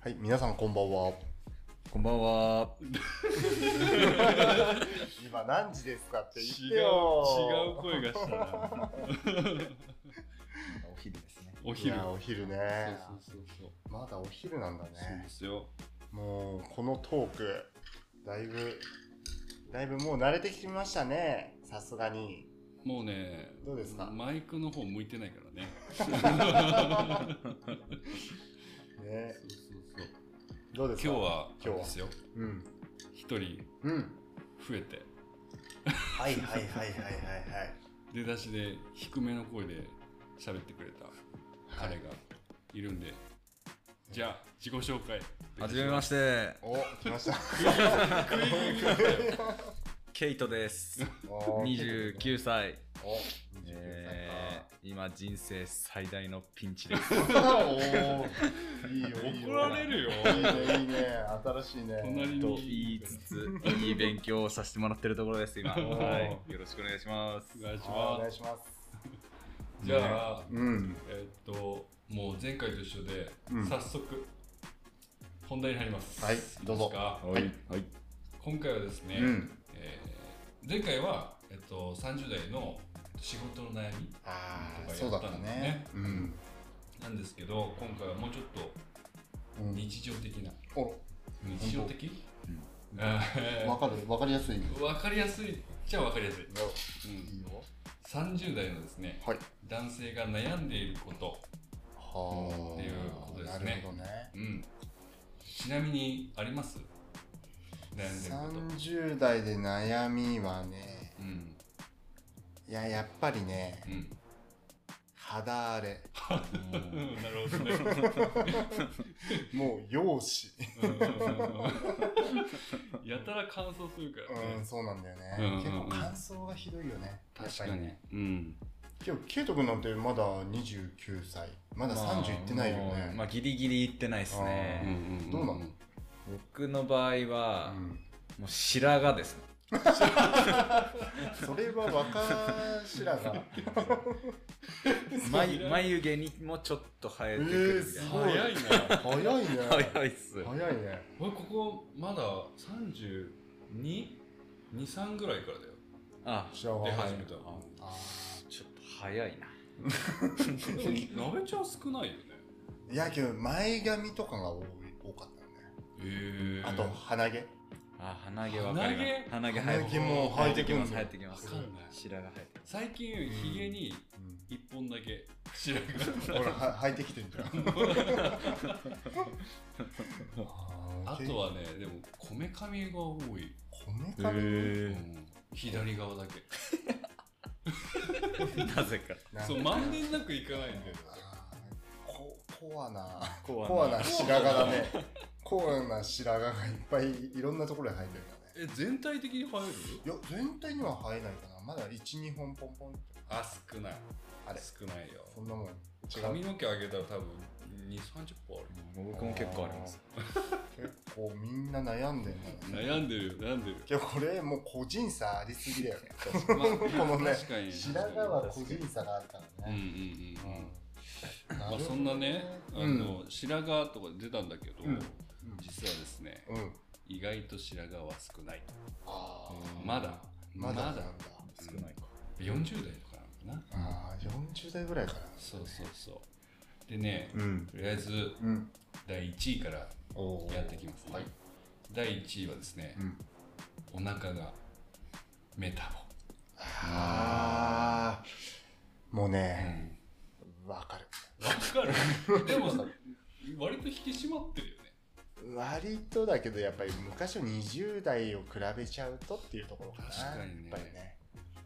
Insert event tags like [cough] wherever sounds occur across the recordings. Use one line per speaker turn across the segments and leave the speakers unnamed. はい、皆さんこんばんは。
こんばんは。
今何時ですかって言って
違う
よ。
違う声がし
[laughs]
たな
お昼ですね。
お
い
昼
やお昼ね
そうそうそう
まだお昼なんだ
そう、そう
ね
で。すよ
もうこのトーク、だいぶ、だいぶもう慣れてきましたね。さすがに。
もうね
どうですか
マイクの方向いてないか
[laughs]
らね
ね
そうそうそう
どうですか
今日
今
は今
日
日
は
ですよ
うん。
一人
うん。
増えて
はいはいはいはいはいはい。
出だしで低めの声で喋ってくれた彼がいるんで、じゃあ自己紹介
はじめまして、
お、来ま
[laughs]
した。
ケイトです。
おー
29歳。
お、
え
29
ー、今人生最大のピンチです。
歳か。おーいいよ、いいよ。
怒られるよ
いいね、いいね。新しいね。
[laughs]
隣
と言
に
いつつ、いい勉強をさせてもらってるところです、今。
お
はい。よろしくお願いします
お。願いし
はいお願
ま
い
す
します。
じゃあ、
うん。
えっともう前回と一緒で、
うん
早速本題に入ります
はいどうぞ
いいですか
はい。はい。
今回はですね、
うん
えー前回は、えっと、30代の仕事の悩み
ああ、
とか
そう
や
だ
っ
ったた
んだ
ね
ね。
うん。
なんですけど今回はもうちょっと
うん、
日常的な
お、
日常的うん
わかる、わかりやすい。
[laughs] 分かりやすいっちゃ分かりやすい、うん、
いいよ。
30代のですね
はい。
男性が悩んでいること、
はあ。
っていうことですね
なるほどね。
うん、ちなみにあります悩んでるこ
30代で悩みはね、
とうん
いや、やっぱりね、
うん
肌荒れ。
うんなるほどね。
もう、容姿。
やたら乾燥するから
う
ね
ん、。そうなんだよね。
うんうんうん
結構乾燥がひどいよね。
確
やっぱ
か
り
に
ね。。
うん。
今日、ケイト君なんてまだ29歳。まだ30いってないよ
まあもう
ね。
まあ、ギリギリいってないです
う
ね。
んうん
どうなの
僕の場合は、
うん
もう白髪 [laughs] ですね。
それは若
[laughs]
頭が。
眉眉毛にもちょっと生えてくるみたい
えー
な。
早いな。
早いね。
早いっす。
早いね。
俺ここまだ三十二、二三ぐらいからだよ。
あ、
じゃあ、
出始めた
はい
の。
あ
ちょっと早いな。
でも鍋ちゃん少ないよね。
ーいや、けど前髪とかが多い多かったよね。
ええ。
あと、鼻毛。
あ、鼻毛わかります。鼻毛
鼻毛も生
生
えて
えて
く
き
るん
ま。
ですす
生
よ
えてきます。
わかんない
白髪生えてきます。
最近ひげに一本だけ白髪が。
ほら、は生えてきてるじゃ
[laughs]
ん。
あ
あ
と、はね、でもこめかみが多い。
こめかみ。
うん左側だけ。
なぜか。
そうまんべんなくいかないんだよ。
あーこコアな、
コアな
コアな白髪だね。コアな白髪がいっぱいいろんなところに生えてるよね。
え全体的に生える？
いや、全体には生えないかな。まだ1、2本ポンポンって。
あ少ない。
あれ
少ないよ。
そんなもん。違う。
髪の毛あげたら多分2、30本ある。
僕も結構あります。
結構みんな悩んでんだね。
悩んでるよ、悩ん
[laughs]
でる。
いや、これもう個人差ありすぎだよね。
まあ、
このね
確かに。
白髪は個人差があるから
うんうん
ね。
うんうん。
うん
まあそんなね、あ
うん
の、白髪とか出たんだけど、
うん
実はですね、
うん。
意外と白髪は少ない。
あー
まだ、
まだなんだ。
少ないか。
40代とかなのかな。
ああ、40代ぐらいかな。
そうそうそう。でね、
うん。
とりあえず
うん。
第1位から
おー
やってきますね。
はい。
第1位はですね、
うん。
お腹がメタボ。
ああ、もうね、わかる。
わかる。 [laughs] でもさ、割と引き締まってるよね。
割とだけど、やっぱり昔の20代を比べちゃうとっていうところかな。
確かにね
やっぱりね。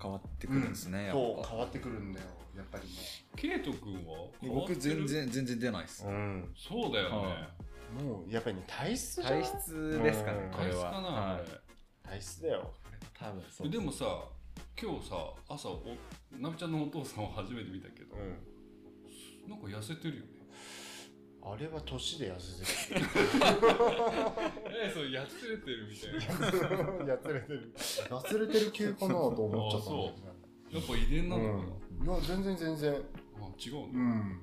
変わってくるんですね、やっ
そう、
ぱ。
変わってくるんだよ。やっぱりね。
ケイト君は変わっ
僕
てる
全。然、全然出ないです。
ん。
そうだよね
は。
もうやっぱりね体質じゃん
体質ですかね、こ
大
れ
好き
は。
かな、
は
あ
い
体質だよ
多分そ
れ。
う。
でもさ、今日さ、朝お、なべちゃんのお父さんを初めて見たけど、
ん
なんか痩せてるよね。
あれは年で痩せて [laughs]
え、そう、痩せれてるみたいな。や
るや
っ
つれてるやつれてる系かなと思っちゃった
ぱ遺伝な
う
のか
ん、いや全然全然
な、あ違う
う
の
んや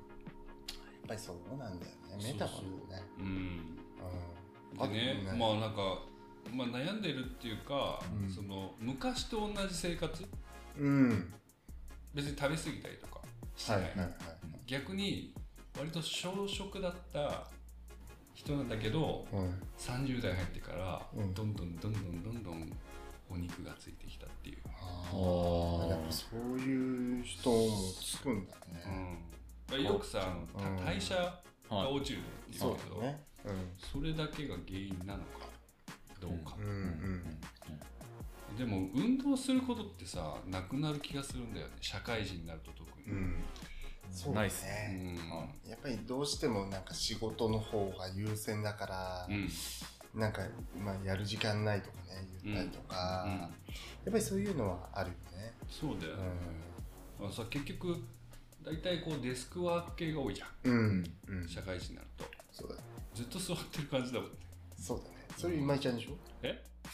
っぱりそうなんだよねメタボなんだよね
うん。
うん
でね
あ
まあなんか、まあ、悩んでるっていうか、
うん
その昔と同じ生活
うん
別に食べ過ぎたりとかして
は
ないい、
はいはい
逆に割と小食だった人なんだけど
うん
30代入ってから
うん
どんどんどんどんどんどんお肉がついてきたっていう、
ああやっぱそういう人もつくんだ
う
ね、
んまあ、よくさ
うん
た代謝が落ちるって言
そう
うけど、
だねうん
それだけが原因なのかどうか、
うんうん
でも運動することってさなくなる気がするんだよね社会人になると特
う
に、
んそうだ
ナ
ね
イス
うん
やっぱりどうしてもなんか仕事の方が優先だから、
うん
なんか、まあ、やる時間ないとかね言ったりとか、
うん
やっぱりそういうのはあるよね、
そうだよね、まあ、さ結局大体こうデスクワーク系が多いじゃん
うんうん
社会人になると
そうだね
ずっと座ってる感じだもんね
そうだねそれ今井ちゃんでしょ
え
あ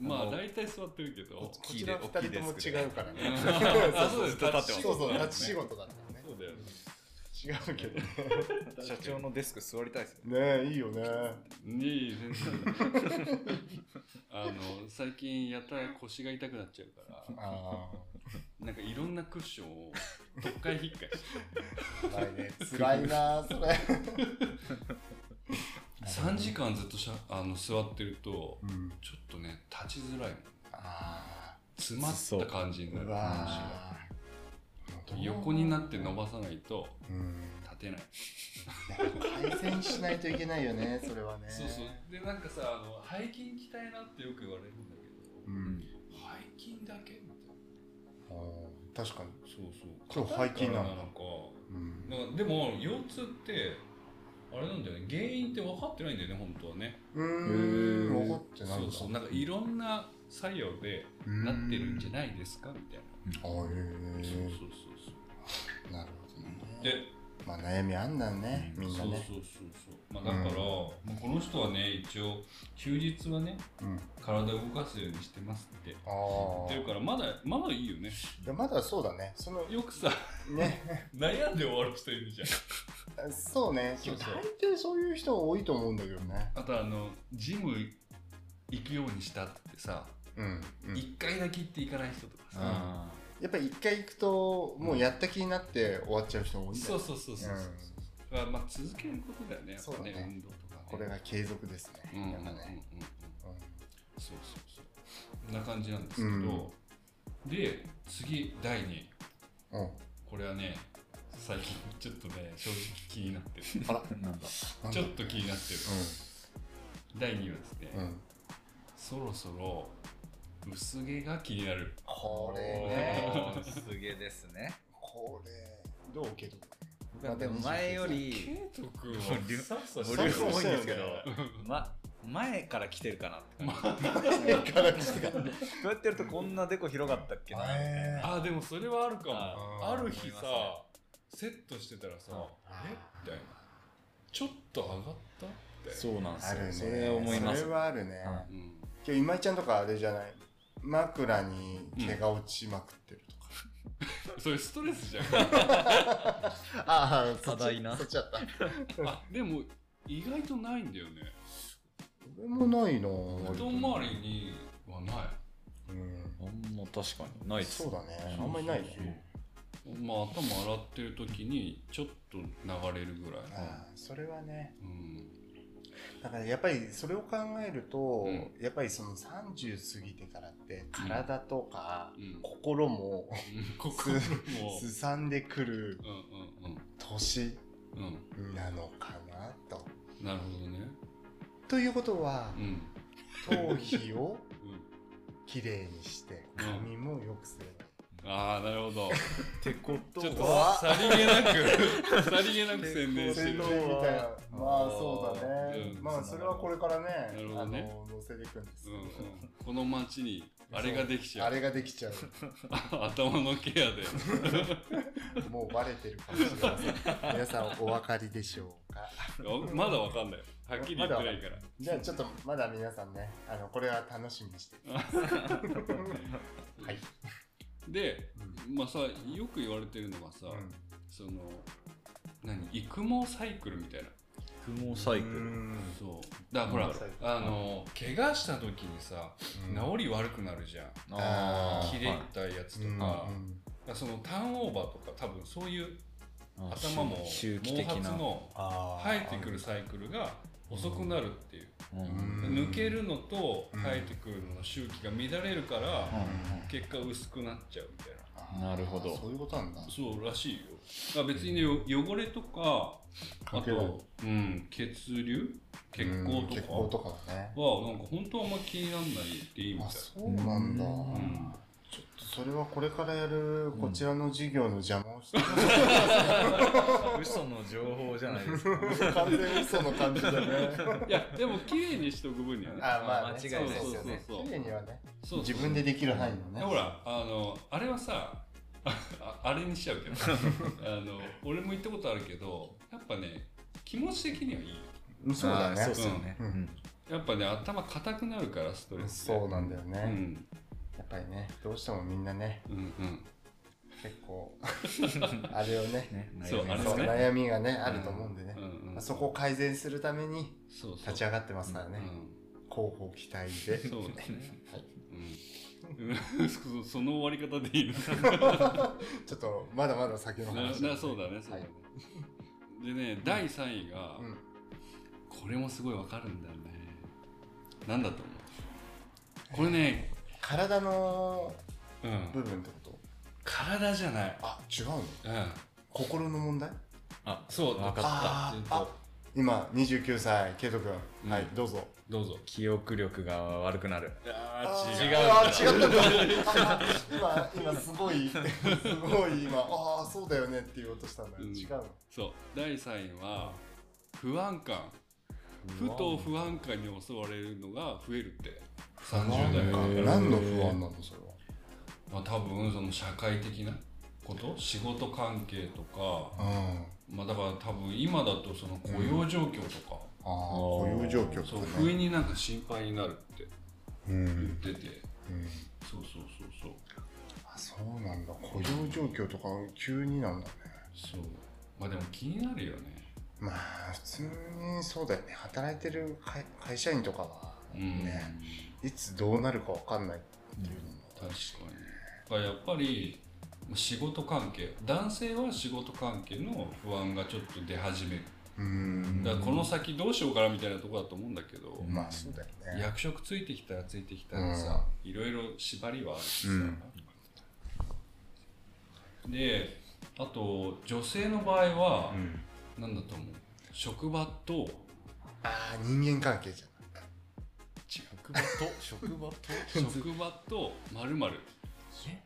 まあ
の
大体座ってるけど
こちら二人とも違うからね [laughs]
あそうで
ず
す
っと立ってます
そうそう立ち仕事だからね
そうだよね
違うけどね
社長のデスク座りたいですね。
ねえいいよね
に全然あの最近やたら腰が痛くなっちゃうから
あ
なんかいろんなクッションをどっかいひっかいして
あ辛いね辛いなそれ
3時間ずっとしゃあの座ってると
うん
ちょっとね立ちづらいもん
あ
詰まった感じに
あ
な
う
る
わー
横になって伸ばさないと
うん
立てない
改善しないといけないよねそれはね
そうそうでなんかさあの背筋鍛えなってよく言われるんだけど
うん
背筋だけみたいな
あー確かに
そうそ
そうう背筋なんだ
のか
うん
なんかでも腰痛ってあれなんだよね原因って分かってないんだよね本当はね
う
へ
ー
ー
ん残ってない
そうそうなんかいろんな作用でなってるんじゃないですかみたい
あーへ
なそうそう
え
そうそ
なるほどね
うで
まあ悩みあんだねみん
そ
な
うそう
ね
そうそうまあだから、
うん
もうこの人はね一応休日はね
うん
体を動かすようにしてますって
あ
言っ
あ
てるからまだまだいいよね
いやまだそうだねその
よくさ
ね
悩んで終わる人いるじゃん
そうね
そうそう
大抵そういう人多いと思うんだけどね
あとあのジム行くようにしたってさ、
うん、
一回だけ行って行かない人とかさ、
あ
やっぱり一回行くともうやった気になって終わっちゃう人多いんだ
そ
よ
うそうそうそうそう、まあまあ続けることだよねやっ
そ
ぱ
うだ
ね
ね
運動とかね
これが継続ですね、
うんうんうん
や
う
っ
ん
ぱね、
そうそうそうこんな感じなんですけど、で次第2
うん、うん、
これはね最近ちょっとね正直気になってる
あら
あ。 [laughs] なんだ。
なん
ち
だ
ょっと気になってる第2位はですね、
うん、うん、
そろそろ薄毛が気になる
これね
おー。すげえですね。
これどうけど
僕はでも前よ
[laughs]
ケイ
り、
ト君は
ボリュ
ふさふさ
ボリ
し
ュ
てる
ーム多いんですけど
そう、
ま、前から来てるかなって感じ。
前から来てた
こうやってやるとこんなデコ広がったっけなみたいな。
[laughs] あでもそれはあるかも
あ
あ
ー
る日
思
さ
いま
セットしてたらさ
あー
えみたいなちょっと上がったって
そうなんで
あるね
すよ。それを思います
それ。はあるね、
は
うん
今日今井ちゃんとかあれじゃない枕に毛が落ちまくってるとか、
それストレスじゃん
ああ
多大な
そっちだった
あでも意外とないんだよね
俺もないな
布団周りにはな
う
い
ん
あんま確かにないです
そう。だねあんまりないね
まあ頭洗ってる時にちょっと流れるぐらい
ああそれはね
うん
だからやっぱりそれを考えると、
うん
やっぱりその30過ぎてからって体とか
うん
心も
ここも
すさんでくる
うん
年
うんうんう
なのかなと。
んなるほどね
ということは
う、ん
頭皮を
うん
きれいにして髪も良くすればいい。
ああなる
[laughs]
ほど
ってこと
ちょっと
怖っ
さりげなく [laughs] さりげなく宣伝して
宣伝
る
みたいなまあそうだね、
うん
まあそれはこれからね
なるほどね
あの載せていくんですけ
うん
ど、
うんこの街にあれができちゃ
あ
う
れができちゃう
[laughs] 頭のケアで
もうバレてるかもしれません皆さんお分かりでしょうか
おまだわかんないはっきり言ってないから
じゃあちょっとまだ皆さんねあのこれは楽しみにしてはい、
で
うん
まあさよく言われてるのがさ、その何育毛サイクルみたいな
育毛サイクル。
そうだからほ
うん
らあの怪我した時にさ治り悪くなるじゃん
あー
切れたやつとか,、そのターンオーバーとか多分そういう
はい
頭も
周期
毛
的
髪
な。
の
あ
生えてくるサイクルが遅くなるっていう、
うんう
う
ん
ん
抜けるのと
うん
生えてくるのの周期が乱れるから、結果薄くなっちゃうみたいな
なるほど
そういうことなんだ
そうらしいよだから別にねよ汚れとかあ
関係ない
と、うん、血流血行
うん
と
血
か
行とかだね
はなんか本当あんま気になんないっていいみたい
あそうなんだ
うん
ちょっとそれはこれからやるこちらの授業の邪魔をして、
嘘の情報じゃないですか。
完全に嘘の感じだ
[laughs]
ね
いやでも綺麗にしておく分にはね
あまあ、ね、
間違いない
そうそうそう
そうそうそう
綺麗にはね
そう
自分でできる範囲のね
ほらあのあれはさ [laughs] ああれにしちゃ
[laughs]
うけどあの俺も行ったことあるけどやっぱね気持ち的にはいいよ
うんそうだ
あーそう
ね
っすよね。
うん
うん
やっぱね頭硬くなるからストレスで
そうなんだよね、
うん
やっぱりねどうしてもみんなね
うんうん
結構あれをね
ね
そう
悩み
そう
[laughs] あれね
悩みがねあると思うんでね、
うんうん
そこを改善するために
そうそう
立ち上がってますからね広報期待で
うん、そうだね、
はい
うんそその終わり方でいいのか [laughs]
ちょっとまだまだ先の
な
話
なそうだねそうだね、でね第3位が、
うん
これもすごいわかるんだよねなんだと思うこれね、
体の
うん
部分ってこと
体じゃない、
あ違うの
うん、
心の問題
あ、
そう
わかった
あ
ちょっ
ー
と
あ今29歳ケイト君、
うん
はいどうぞ
どうぞ
記憶力が悪くなる。
あ
ー
違う
あー違ったあ今今すごい [laughs] すごい今ああそうだよねって言おうとしたんだよ、
うん
違うの
そう第3位は不安感ふと不安感に襲われるのが増えるって30
な
代
んか
から、
何の不安なのそれは
まあ、多分その社会的なこと仕事関係とか、
うん
まあ、だから多分今だとその雇用状況とか、
ああこういう状況
そう
とか
不
ね
意になんか心配になるって
う
言っ
ん、
てて、
うん、
そうそうそうそう
あそうなんだ雇用状況とか急になんだね
そうまあでも気になるよね
まあ普通にそうだよね働いてる会会社員とかは
うん
ね、いつどうなるかわかんないっていうのも、
確かにだからやっぱりまあ仕事関係男性は仕事関係の不安がちょっと出始める
うん
だからこの先どうしようかなみたいなとこだと思うんだけど、
まあそうだよね
役職ついてきたらついてきたらさ、いろいろ縛りはあるしさ、であと女性の場合は、
ん
なんだと思う職場と
ああ人間関係じゃん
職場と、職場と、
職場とまるまる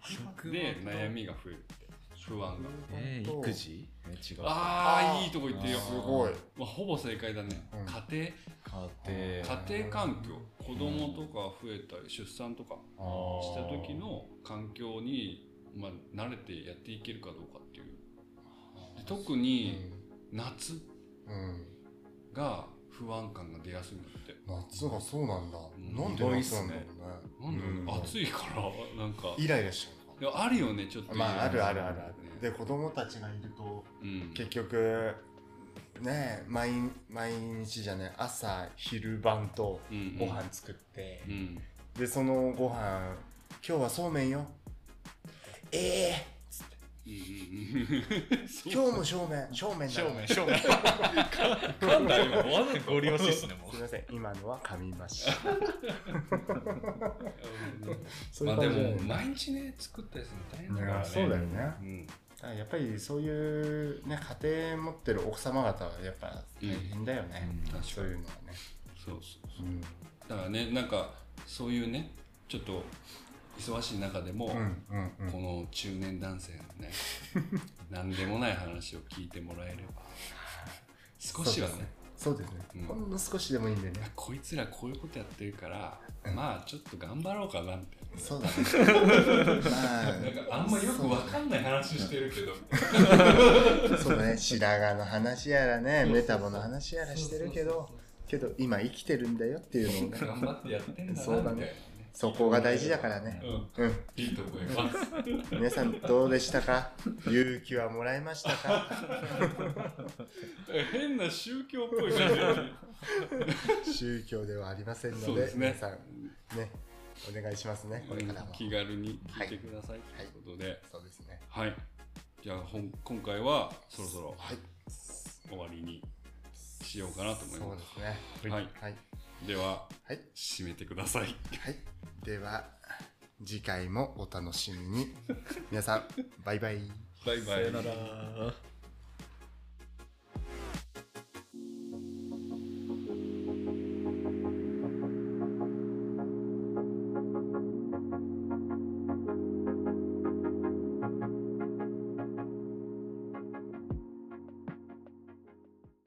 職
で悩。みが増えるって不安が
えー、育児え違う。
あ
あ
ー
ー
いいとこ言ってるよ
すごい
まあ、ほぼ正解だね、
うん
家
家
庭
庭。
家庭環境子供とか増えたり出産とか
あー
した時の環境に、まあ、慣れてやっていけるかどうかっていうで特に夏
うん
が不安感が出やすいんだって
夏がそうなんだ、
ん
なんで夏なんだろう
な
ね
んだろう
う
ね、
ん
暑いからなんか
イライラしちゃうのか
いやあるよねちょっと
まああるあるあるある
ね
で子供たちがいると
うん、
結局ね毎毎日じゃね朝昼晩と
うん
ご飯作って、
うん
でそのご飯今日はそうめんよええ
うんうんうんそう
今日も正面正面なの [laughs]
正面。噛んだ今、わざとゴリ押しっすね、も
すいません今のは神まし [laughs] そうい
ま
う
あで
感じ
も
だよね
毎日ね作ったりするの大変だか
う
ら
ん
ね
そうだよね
うん
だからやっぱりそういうね家庭持ってる奥様方はやっぱ大変だよね、
うん
確かに
そういうのはね、
そうそう
うん
だからねなんかそういうねちょっと忙しい中でも、
うんうんうん
この中年男性のね [laughs] 何でもない話を聞いてもらえれば少しはね
そうですね、
うん
ほんの少しでもいいんでね
あこいつらこういうことやってるからまあちょっと頑張ろうかなみたいな
そうだねま
[laughs] なんかあんまよくわかんない話してるけど
あそうだね白髪の話やらねメタボの話やらしてるけどけど今生きてるんだよっていうのをね
[laughs] 頑張ってやってんだなみたいなね
そこが大事だからね。
うん、
うん。
いいと思います。
皆さんどうでしたか勇気はもらいましたか
[laughs] 変な宗教っぽい感
[laughs]
じだね。
宗教ではありません
そ
の
う
で、
です
皆
ね
さん。ね、お願いしますね、これからも。
気軽に聞いてください
はい
ということで、
そうですね。
はい。じゃあほん今回はそろそろ
はい。
終わりにしようかなと思い
そう
ま
ですね。
す。はい。
はい。
では
はい。
締めてください。
はい。では、次回もお楽しみに。皆さん、バイバイ。
バイバイ。
ら。